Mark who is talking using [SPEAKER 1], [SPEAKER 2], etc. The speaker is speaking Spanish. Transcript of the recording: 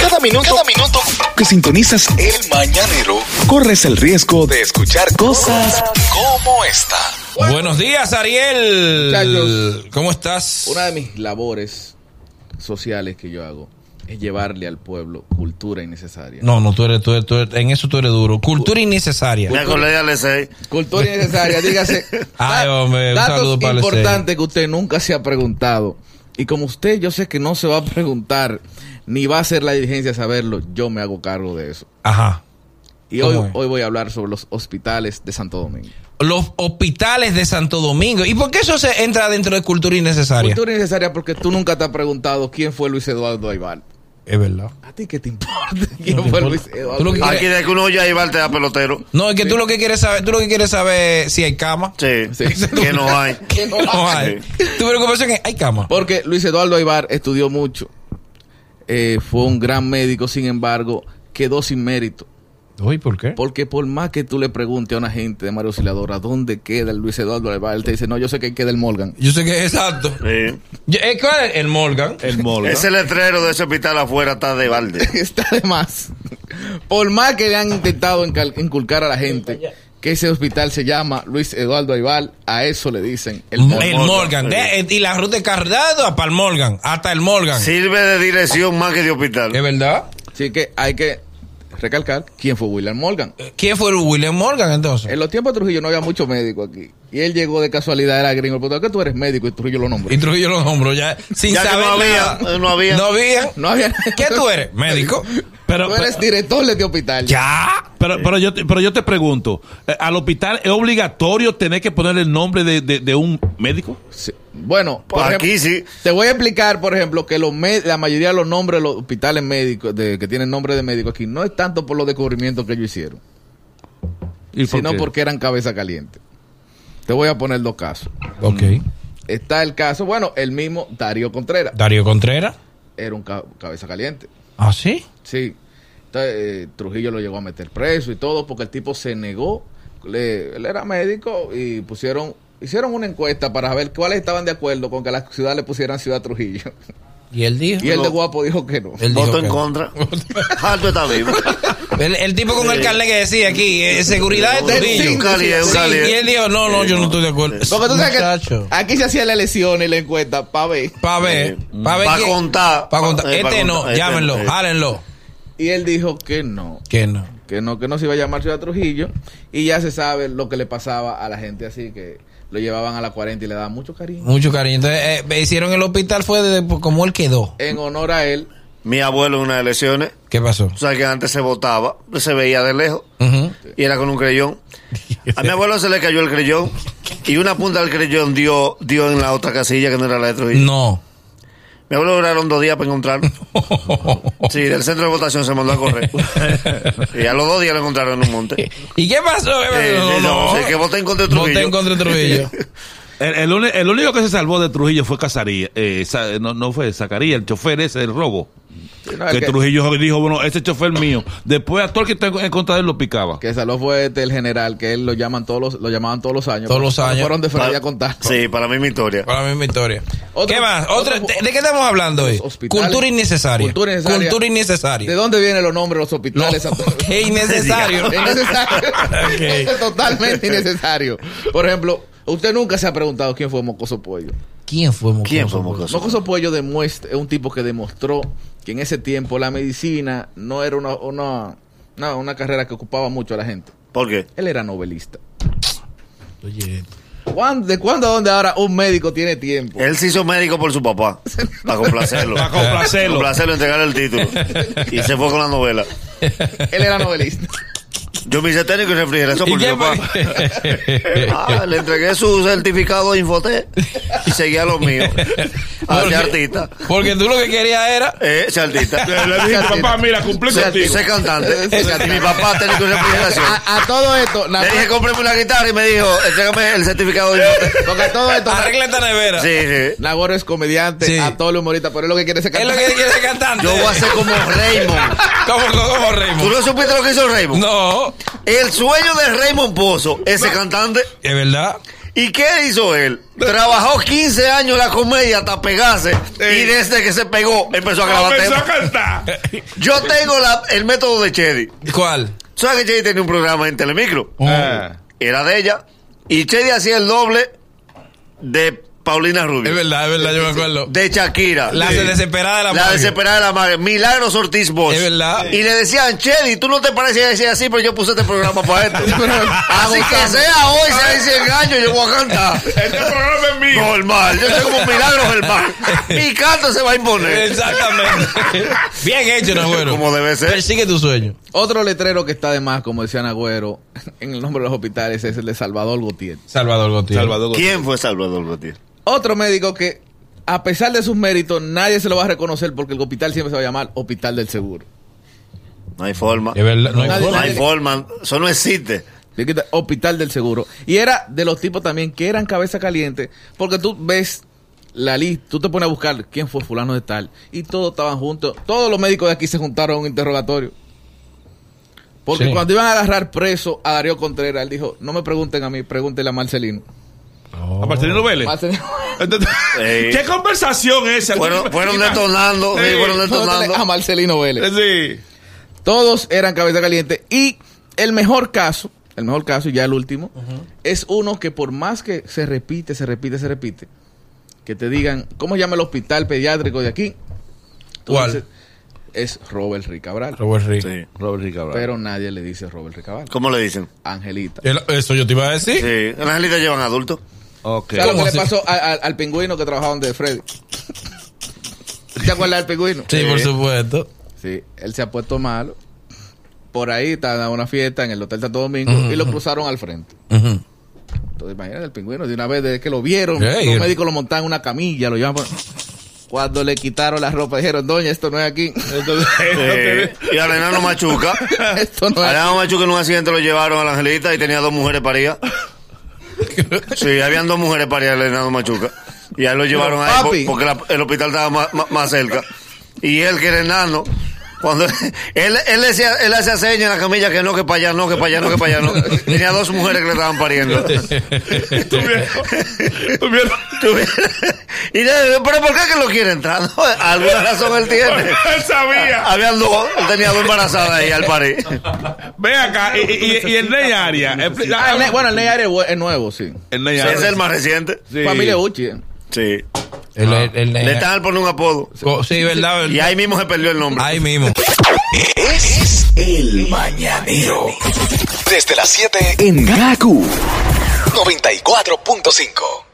[SPEAKER 1] Cada minuto, cada minuto que sintonizas el mañanero, corres el riesgo de escuchar cosas como esta.
[SPEAKER 2] Buenos días, Ariel.
[SPEAKER 3] Muchachos.
[SPEAKER 2] ¿Cómo estás?
[SPEAKER 3] Una de mis labores sociales que yo hago es llevarle al pueblo cultura innecesaria.
[SPEAKER 2] No, no, tú eres, tú eres, tú eres- en eso tú eres duro. Cultura innecesaria.
[SPEAKER 4] Ya con la ILC.
[SPEAKER 3] Cultura innecesaria, dígase.
[SPEAKER 2] Ay,
[SPEAKER 3] da-
[SPEAKER 2] hombre, un saludo
[SPEAKER 3] datos
[SPEAKER 2] para el
[SPEAKER 3] importantes que usted nunca se ha preguntado. Y como usted, yo sé que no se va a preguntar, ni va a hacer la diligencia de saberlo, yo me hago cargo de eso.
[SPEAKER 2] Ajá.
[SPEAKER 3] Y hoy,
[SPEAKER 2] ¿Cómo es?
[SPEAKER 3] hoy voy a hablar sobre los hospitales de Santo Domingo.
[SPEAKER 2] Los hospitales de Santo Domingo. ¿Y por qué eso se entra dentro de cultura innecesaria?
[SPEAKER 3] Cultura innecesaria porque tú nunca te has preguntado quién fue Luis Eduardo Aibal.
[SPEAKER 2] Es verdad.
[SPEAKER 3] ¿A ti qué te importa quién fue Luis Eduardo
[SPEAKER 2] Tú lo que
[SPEAKER 3] Aibal?
[SPEAKER 4] Aquí de que uno ya iba te da pelotero.
[SPEAKER 2] No, es que tú lo que quieres saber, tú lo que quieres saber si hay cama.
[SPEAKER 4] Sí.
[SPEAKER 3] Sí.
[SPEAKER 4] Que no hay.
[SPEAKER 2] No hay. Tu preocupación es, hay cama.
[SPEAKER 3] Porque Luis Eduardo Aibar estudió mucho. Eh, fue un gran médico, sin embargo, quedó sin mérito.
[SPEAKER 2] Uy, ¿por qué?
[SPEAKER 3] Porque por más que tú le preguntes a una gente de Mario Osciladora dónde queda el Luis Eduardo Aibar, él te dice, no, yo sé que ahí queda el Morgan.
[SPEAKER 2] Yo sé que es exacto.
[SPEAKER 4] Sí.
[SPEAKER 2] Yo- eh, ¿Cuál es? El Morgan.
[SPEAKER 5] El mall.
[SPEAKER 4] Ese letrero de ese hospital afuera está de balde.
[SPEAKER 3] Está de más. Por más que le han intentado encal- inculcar a la gente que ese hospital se llama Luis Eduardo Aibar, a eso le dicen el
[SPEAKER 2] El,
[SPEAKER 3] Morgan.
[SPEAKER 2] Morgan. De- eh, y la ruta de cargado para el Morgan. Hasta el Morgan.
[SPEAKER 4] Sirve de dirección más que de
[SPEAKER 2] ¿Es
[SPEAKER 4] hospital.
[SPEAKER 2] verdad?
[SPEAKER 3] Así que hay que recalcar quién fue William Morgan.
[SPEAKER 2] ¿Quién fue el William Morgan entonces?
[SPEAKER 3] Ah. En los tiempos de Trujillo no había mucho médico aquí. Y él llegó de casualidad, era gringo. Pero que tú eres médico y Trujillo lo nombró.
[SPEAKER 2] Pues, Y Trujillo los hombros ya sin
[SPEAKER 4] Ya que
[SPEAKER 2] saber
[SPEAKER 4] no había,
[SPEAKER 2] nada.
[SPEAKER 4] eh, no había.
[SPEAKER 2] No había.
[SPEAKER 3] No había.
[SPEAKER 2] ¿Qué tú eres? Médico.
[SPEAKER 5] Pero,
[SPEAKER 3] Tú eres
[SPEAKER 5] pero,
[SPEAKER 3] director de este hospital.
[SPEAKER 2] Ya.
[SPEAKER 5] pero, pero yo, te- pero yo te pregunto, eh, ¿al hospital es obligatorio tener que poner el nombre de, de- de un médico?
[SPEAKER 3] Sí. Bueno, por
[SPEAKER 4] Aquí
[SPEAKER 3] ejemplo,
[SPEAKER 4] sí.
[SPEAKER 3] te voy a explicar, por ejemplo, que los me- la mayoría de los nombres de los hospitales médicos de, que tienen nombre de médico aquí no es tanto por los descubrimientos que ellos hicieron,
[SPEAKER 5] ¿Y por
[SPEAKER 3] sino
[SPEAKER 5] qué?
[SPEAKER 3] porque eran cabeza caliente. Te voy a poner dos casos.
[SPEAKER 2] Ok.
[SPEAKER 3] Está el caso, bueno, el mismo Darío Contreras
[SPEAKER 2] Darío Contreras.
[SPEAKER 3] era un ca- cabeza caliente.
[SPEAKER 2] ¿Ah, sí?
[SPEAKER 3] Sí. Entonces, eh, Trujillo lo llegó a meter preso y todo porque el tipo se negó. Le- él era médico y pusieron hicieron una encuesta para ver cuáles estaban de acuerdo con que a la ciudad le pusieran Ciudad Trujillo.
[SPEAKER 2] Y él dijo.
[SPEAKER 3] Y el de guapo dijo que no.
[SPEAKER 2] Él dijo
[SPEAKER 4] Voto en
[SPEAKER 2] que-
[SPEAKER 4] contra. Alto está vivo.
[SPEAKER 2] El, el tipo con el carnet que decía aquí, eh, seguridad de
[SPEAKER 3] Del
[SPEAKER 4] Un
[SPEAKER 2] Trujillo.
[SPEAKER 3] cinco.
[SPEAKER 4] cali, un
[SPEAKER 2] Sí,
[SPEAKER 4] cali.
[SPEAKER 2] y él dijo, no, no, yo no estoy de acuerdo.
[SPEAKER 3] Porque tú sabes
[SPEAKER 2] Muchacho.
[SPEAKER 3] que aquí se hacía la elección y la encuesta para ver.
[SPEAKER 2] Para ver. Para ver.
[SPEAKER 4] Pa'
[SPEAKER 2] quién-
[SPEAKER 4] contar.
[SPEAKER 2] Pa' contar.
[SPEAKER 4] Eh, pa'
[SPEAKER 2] este no,
[SPEAKER 4] contar, este
[SPEAKER 2] llámenlo,
[SPEAKER 4] no, eh.
[SPEAKER 2] jálenlo.
[SPEAKER 3] Y él dijo que no.
[SPEAKER 2] Que no.
[SPEAKER 3] Que no, que no se iba a llamar Ciudad Trujillo. Y ya se sabe lo que le pasaba a la gente así que lo llevaban a la 40 y le daban mucho cariño.
[SPEAKER 2] Mucho cariño. Entonces, eh, me hicieron el hospital, fue de, por como él quedó.
[SPEAKER 3] En honor a él,
[SPEAKER 4] Mi abuelo en unas elecciones.
[SPEAKER 2] ¿Qué pasó?
[SPEAKER 4] O sea que antes se votaba, se veía de lejos.
[SPEAKER 2] Ujú.
[SPEAKER 4] Y era con un creyón. A mi abuelo se le cayó el creyón. Y una punta del creyón dio, dio en la otra casilla que no era la de Trujillo.
[SPEAKER 2] No.
[SPEAKER 4] Mi abuelo duraron dos días para encontrarlo. Sí, del centro de votación se mandó a correr. y a los dos días lo encontraron en un monte.
[SPEAKER 2] ¿Y qué pasó? ¿Qué pasó?
[SPEAKER 4] Eh, sí, no, sí, que voté en contra de
[SPEAKER 2] Voté en
[SPEAKER 4] Trujillo.
[SPEAKER 2] contra de Trujillo.
[SPEAKER 5] El, el uni- el único que se salvó de Trujillo fue Casaría, eh, Sa- no, no fue Zacarías, el chofer ese, el robo.
[SPEAKER 3] no,
[SPEAKER 5] que
[SPEAKER 3] es que-
[SPEAKER 5] Trujillo dijo, bueno, ese chofer mío. Después a todo el que está en contra de él lo picaba.
[SPEAKER 3] que saló fue este, el general que él lo llaman todos los, lo llamaban todos los años
[SPEAKER 2] Todos los
[SPEAKER 3] Cuando
[SPEAKER 2] años.
[SPEAKER 3] fueron de Freddy
[SPEAKER 4] Para-
[SPEAKER 3] a contar
[SPEAKER 4] Sí, para mí mi historia.
[SPEAKER 2] Para mí mi historia.
[SPEAKER 3] Otro-
[SPEAKER 2] ¿Qué más?
[SPEAKER 3] otro-
[SPEAKER 2] Otra- ¿de, de qué estamos hablando hoy?
[SPEAKER 3] hospitales.
[SPEAKER 2] Cultura innecesaria.
[SPEAKER 3] Cultura innecesaria.
[SPEAKER 2] Cultura
[SPEAKER 3] de
[SPEAKER 2] innecesaria.
[SPEAKER 3] dónde vienen los nombres de los hospitales
[SPEAKER 2] No, qué innecesario.
[SPEAKER 3] Es necesario.
[SPEAKER 2] Ok.
[SPEAKER 3] Es totalmente innecesario por ejemplo usted nunca se ha preguntado quién fue Mocoso Pollo
[SPEAKER 2] ¿Quién fue Mocoso?
[SPEAKER 4] ¿Quién fue Mocoso?
[SPEAKER 3] Mocoso Pollo demuestra, es un tipo que demostró que en ese tiempo la medicina no era una, una, no, una carrera que ocupaba mucho a la gente
[SPEAKER 4] ¿Por qué?
[SPEAKER 3] él era novelista
[SPEAKER 2] Oye,
[SPEAKER 3] ¿Cuán- ¿de cuándo a dónde ahora un médico tiene tiempo?
[SPEAKER 4] Él se hizo médico por su papá. Para complacerlo.
[SPEAKER 5] Para complacerlo.
[SPEAKER 4] Para complacerlo, entregarle el título. Y se fue con la novela.
[SPEAKER 3] él era novelista
[SPEAKER 4] Yo me hice técnico en refrigeración
[SPEAKER 2] ¿Y
[SPEAKER 4] por mi
[SPEAKER 2] quién
[SPEAKER 4] papá.
[SPEAKER 2] fue?
[SPEAKER 4] Ah, le entregué su certificado de Infoté y seguía los míos. Ah, de artista.
[SPEAKER 2] Porque tú lo que querías era.
[SPEAKER 4] Eh, ese artista.
[SPEAKER 3] papá,
[SPEAKER 5] mira, cumplí
[SPEAKER 4] Sé, sé cantante. Y mi papá técnico en refrigeración.
[SPEAKER 2] Ah,
[SPEAKER 3] a, a todo esto
[SPEAKER 4] Le
[SPEAKER 3] Napoleón-
[SPEAKER 4] dije, cómprame una guitarra y me dijo, entrégame el certificado de Infoté.
[SPEAKER 3] Porque todo esto.
[SPEAKER 2] Arregla esta nevera.
[SPEAKER 4] Sí, sí.
[SPEAKER 3] Nagoro es comediante,
[SPEAKER 2] Sí.
[SPEAKER 3] a todo lo humorista, pero es lo que quiere sacar.
[SPEAKER 2] Es lo que quiere ser cantante.
[SPEAKER 4] Yo voy a ser como Raymond.
[SPEAKER 2] ¿Cómo, cómo
[SPEAKER 4] ¿Tú
[SPEAKER 2] Raymond?
[SPEAKER 4] no supiste lo que hizo Raymond?
[SPEAKER 2] No,
[SPEAKER 4] El sueño de Raymond Pozo, ese cantante,
[SPEAKER 2] es verdad.
[SPEAKER 4] ¿Y qué hizo él? Trabajó 15 años la comedia hasta pegarse y desde que se pegó empezó a grabar
[SPEAKER 5] Empezó a
[SPEAKER 4] temas.
[SPEAKER 5] cantar.
[SPEAKER 4] Yo tengo la- el método de Chedi.
[SPEAKER 2] ¿Cuál?
[SPEAKER 4] ¿Sabes que Chedi tenía un programa en Telemicro?
[SPEAKER 3] Ah.
[SPEAKER 4] Era de ella. Y Chedi hacía el doble de Paulina Rubio.
[SPEAKER 2] Es verdad, es verdad, yo me acuerdo.
[SPEAKER 4] De Shakira.
[SPEAKER 2] La
[SPEAKER 4] Sí.
[SPEAKER 2] desesperada de la
[SPEAKER 4] La
[SPEAKER 2] madre.
[SPEAKER 4] desesperada de la madre. Milagros Ortiz Bosch.
[SPEAKER 2] Es verdad.
[SPEAKER 4] Y le decían, Chedi, tú no te pareces Y decía así, pero yo puse este programa para esto. así que sea hoy, sea ese engaño, yo voy a cantar.
[SPEAKER 5] Este programa es mío.
[SPEAKER 4] Normal, yo soy como Milagros del Mar. Mi canto se va a imponer.
[SPEAKER 2] Exactamente. Bien hecho, Nagüero.
[SPEAKER 4] Como debe ser.
[SPEAKER 2] Persigue tu sueño.
[SPEAKER 3] Otro letrero que está de más, como decía Nagüero, en el nombre de los hospitales es el de Salvador Gutiérrez.
[SPEAKER 2] Salvador Gautier.
[SPEAKER 5] Salvador Gautier.
[SPEAKER 4] ¿Quién fue Salvador Gautier?
[SPEAKER 3] Otro médico que, a pesar de sus méritos, nadie se lo va a reconocer porque el hospital siempre se va a llamar Hospital del Seguro.
[SPEAKER 4] No hay forma.
[SPEAKER 2] Es verdad, no hay
[SPEAKER 3] Nadie-
[SPEAKER 4] No
[SPEAKER 2] forma.
[SPEAKER 4] hay forma. Eso no existe.
[SPEAKER 3] Le quita- Hospital del Seguro. Y era de los tipos también que eran cabeza caliente, porque tú ves la lista, tú te pones a buscar quién fue fulano de tal, y todos estaban juntos, todos los médicos de aquí se juntaron a un interrogatorio. Porque
[SPEAKER 2] Sí.
[SPEAKER 3] cuando iban a agarrar preso a Darío Contreras, él dijo, no me pregunten a mí, pregúntenle a Marcelino.
[SPEAKER 5] A Ah, Marcelino Vélez.
[SPEAKER 3] Marcelino-
[SPEAKER 5] Entonces,
[SPEAKER 4] Eh.
[SPEAKER 5] ¿Qué conversación esa?
[SPEAKER 4] Fueron, fueron detonando. sí,
[SPEAKER 5] Sí.
[SPEAKER 4] fueron
[SPEAKER 3] Pregúntenle a
[SPEAKER 4] detonando.
[SPEAKER 3] Marcelino Vélez.
[SPEAKER 5] Sí.
[SPEAKER 3] Todos eran cabeza caliente. Y el mejor caso, el mejor caso, y ya el último, es uno que por más que se repite, se repite, se repite, que te digan, ¿cómo se llama el hospital pediátrico de aquí? Tú
[SPEAKER 2] ¿Cuál?
[SPEAKER 3] dices, es Robert Ricabral.
[SPEAKER 2] Robert Rick.
[SPEAKER 4] Sí.
[SPEAKER 5] Robert Ricabral.
[SPEAKER 3] Pero nadie le dice Robert Ricabral.
[SPEAKER 4] ¿Cómo le dicen?
[SPEAKER 3] Angelita.
[SPEAKER 2] El- Eso yo te iba a decir.
[SPEAKER 4] Sí. En las ligas llevan adultos.
[SPEAKER 5] Ok.
[SPEAKER 3] ¿Sabes lo
[SPEAKER 2] ¿Cómo
[SPEAKER 3] que le
[SPEAKER 2] así?
[SPEAKER 3] pasó a- a- al pingüino que trabajaba donde Freddy? ¿Te acuerdas del pingüino?
[SPEAKER 2] Sí, por supuesto.
[SPEAKER 3] Sí, él se ha puesto malo. Por ahí está una fiesta en el Hotel Santo Domingo y lo cruzaron al frente.
[SPEAKER 2] Ujú.
[SPEAKER 3] Entonces, imagínate el pingüino, de una vez desde que lo vieron,
[SPEAKER 2] Ey,
[SPEAKER 3] los
[SPEAKER 2] el-
[SPEAKER 3] médicos lo montaban en una camilla, lo llevaban. por- Cuando le quitaron la ropa, dijeron, doña, esto no es aquí.
[SPEAKER 5] Entonces,
[SPEAKER 4] Eh, y al enano Machuca.
[SPEAKER 3] esto no es aquí.
[SPEAKER 4] Al enano Machuca en un accidente lo llevaron a la Angelita y tenía dos mujeres paridas. Sí, habían dos mujeres paridas al enano Machuca. Y ahí lo llevaron ahí por-
[SPEAKER 3] papi.
[SPEAKER 4] porque la- el hospital estaba más, más- más cerca. Y él, que era enano, cuando él, él, le hacía- él le hacía señas en la camilla que no, que para allá no, que para allá no, que para allá no. Tenía dos mujeres que le estaban pariendo.
[SPEAKER 5] tuvieron- tuvieron-
[SPEAKER 4] y le pero ¿por qué que lo quiere entrar? No, alguna razón él tiene.
[SPEAKER 5] Él sabía.
[SPEAKER 4] Habían dos, él tenía dos embarazadas ahí al parir.
[SPEAKER 5] Ve acá. Y, y- y- y el Ney Aria. expli-
[SPEAKER 3] Ah, el Ne- bueno, el Ney Arias es bu- es nuevo, sí.
[SPEAKER 5] El Ney
[SPEAKER 4] Ese
[SPEAKER 5] Aria.
[SPEAKER 4] es el más reciente.
[SPEAKER 5] Sí.
[SPEAKER 3] Familia Uchi. eh.
[SPEAKER 4] Sí.
[SPEAKER 2] El, el, el-
[SPEAKER 4] Ah. Le están al poner un apodo.
[SPEAKER 2] Co- sí, verdad. verdad.
[SPEAKER 4] Y ahí mismo se perdió el nombre.
[SPEAKER 2] Ahí mismo.
[SPEAKER 1] Es el mañanero. Desde las 7 en GACU 94.5.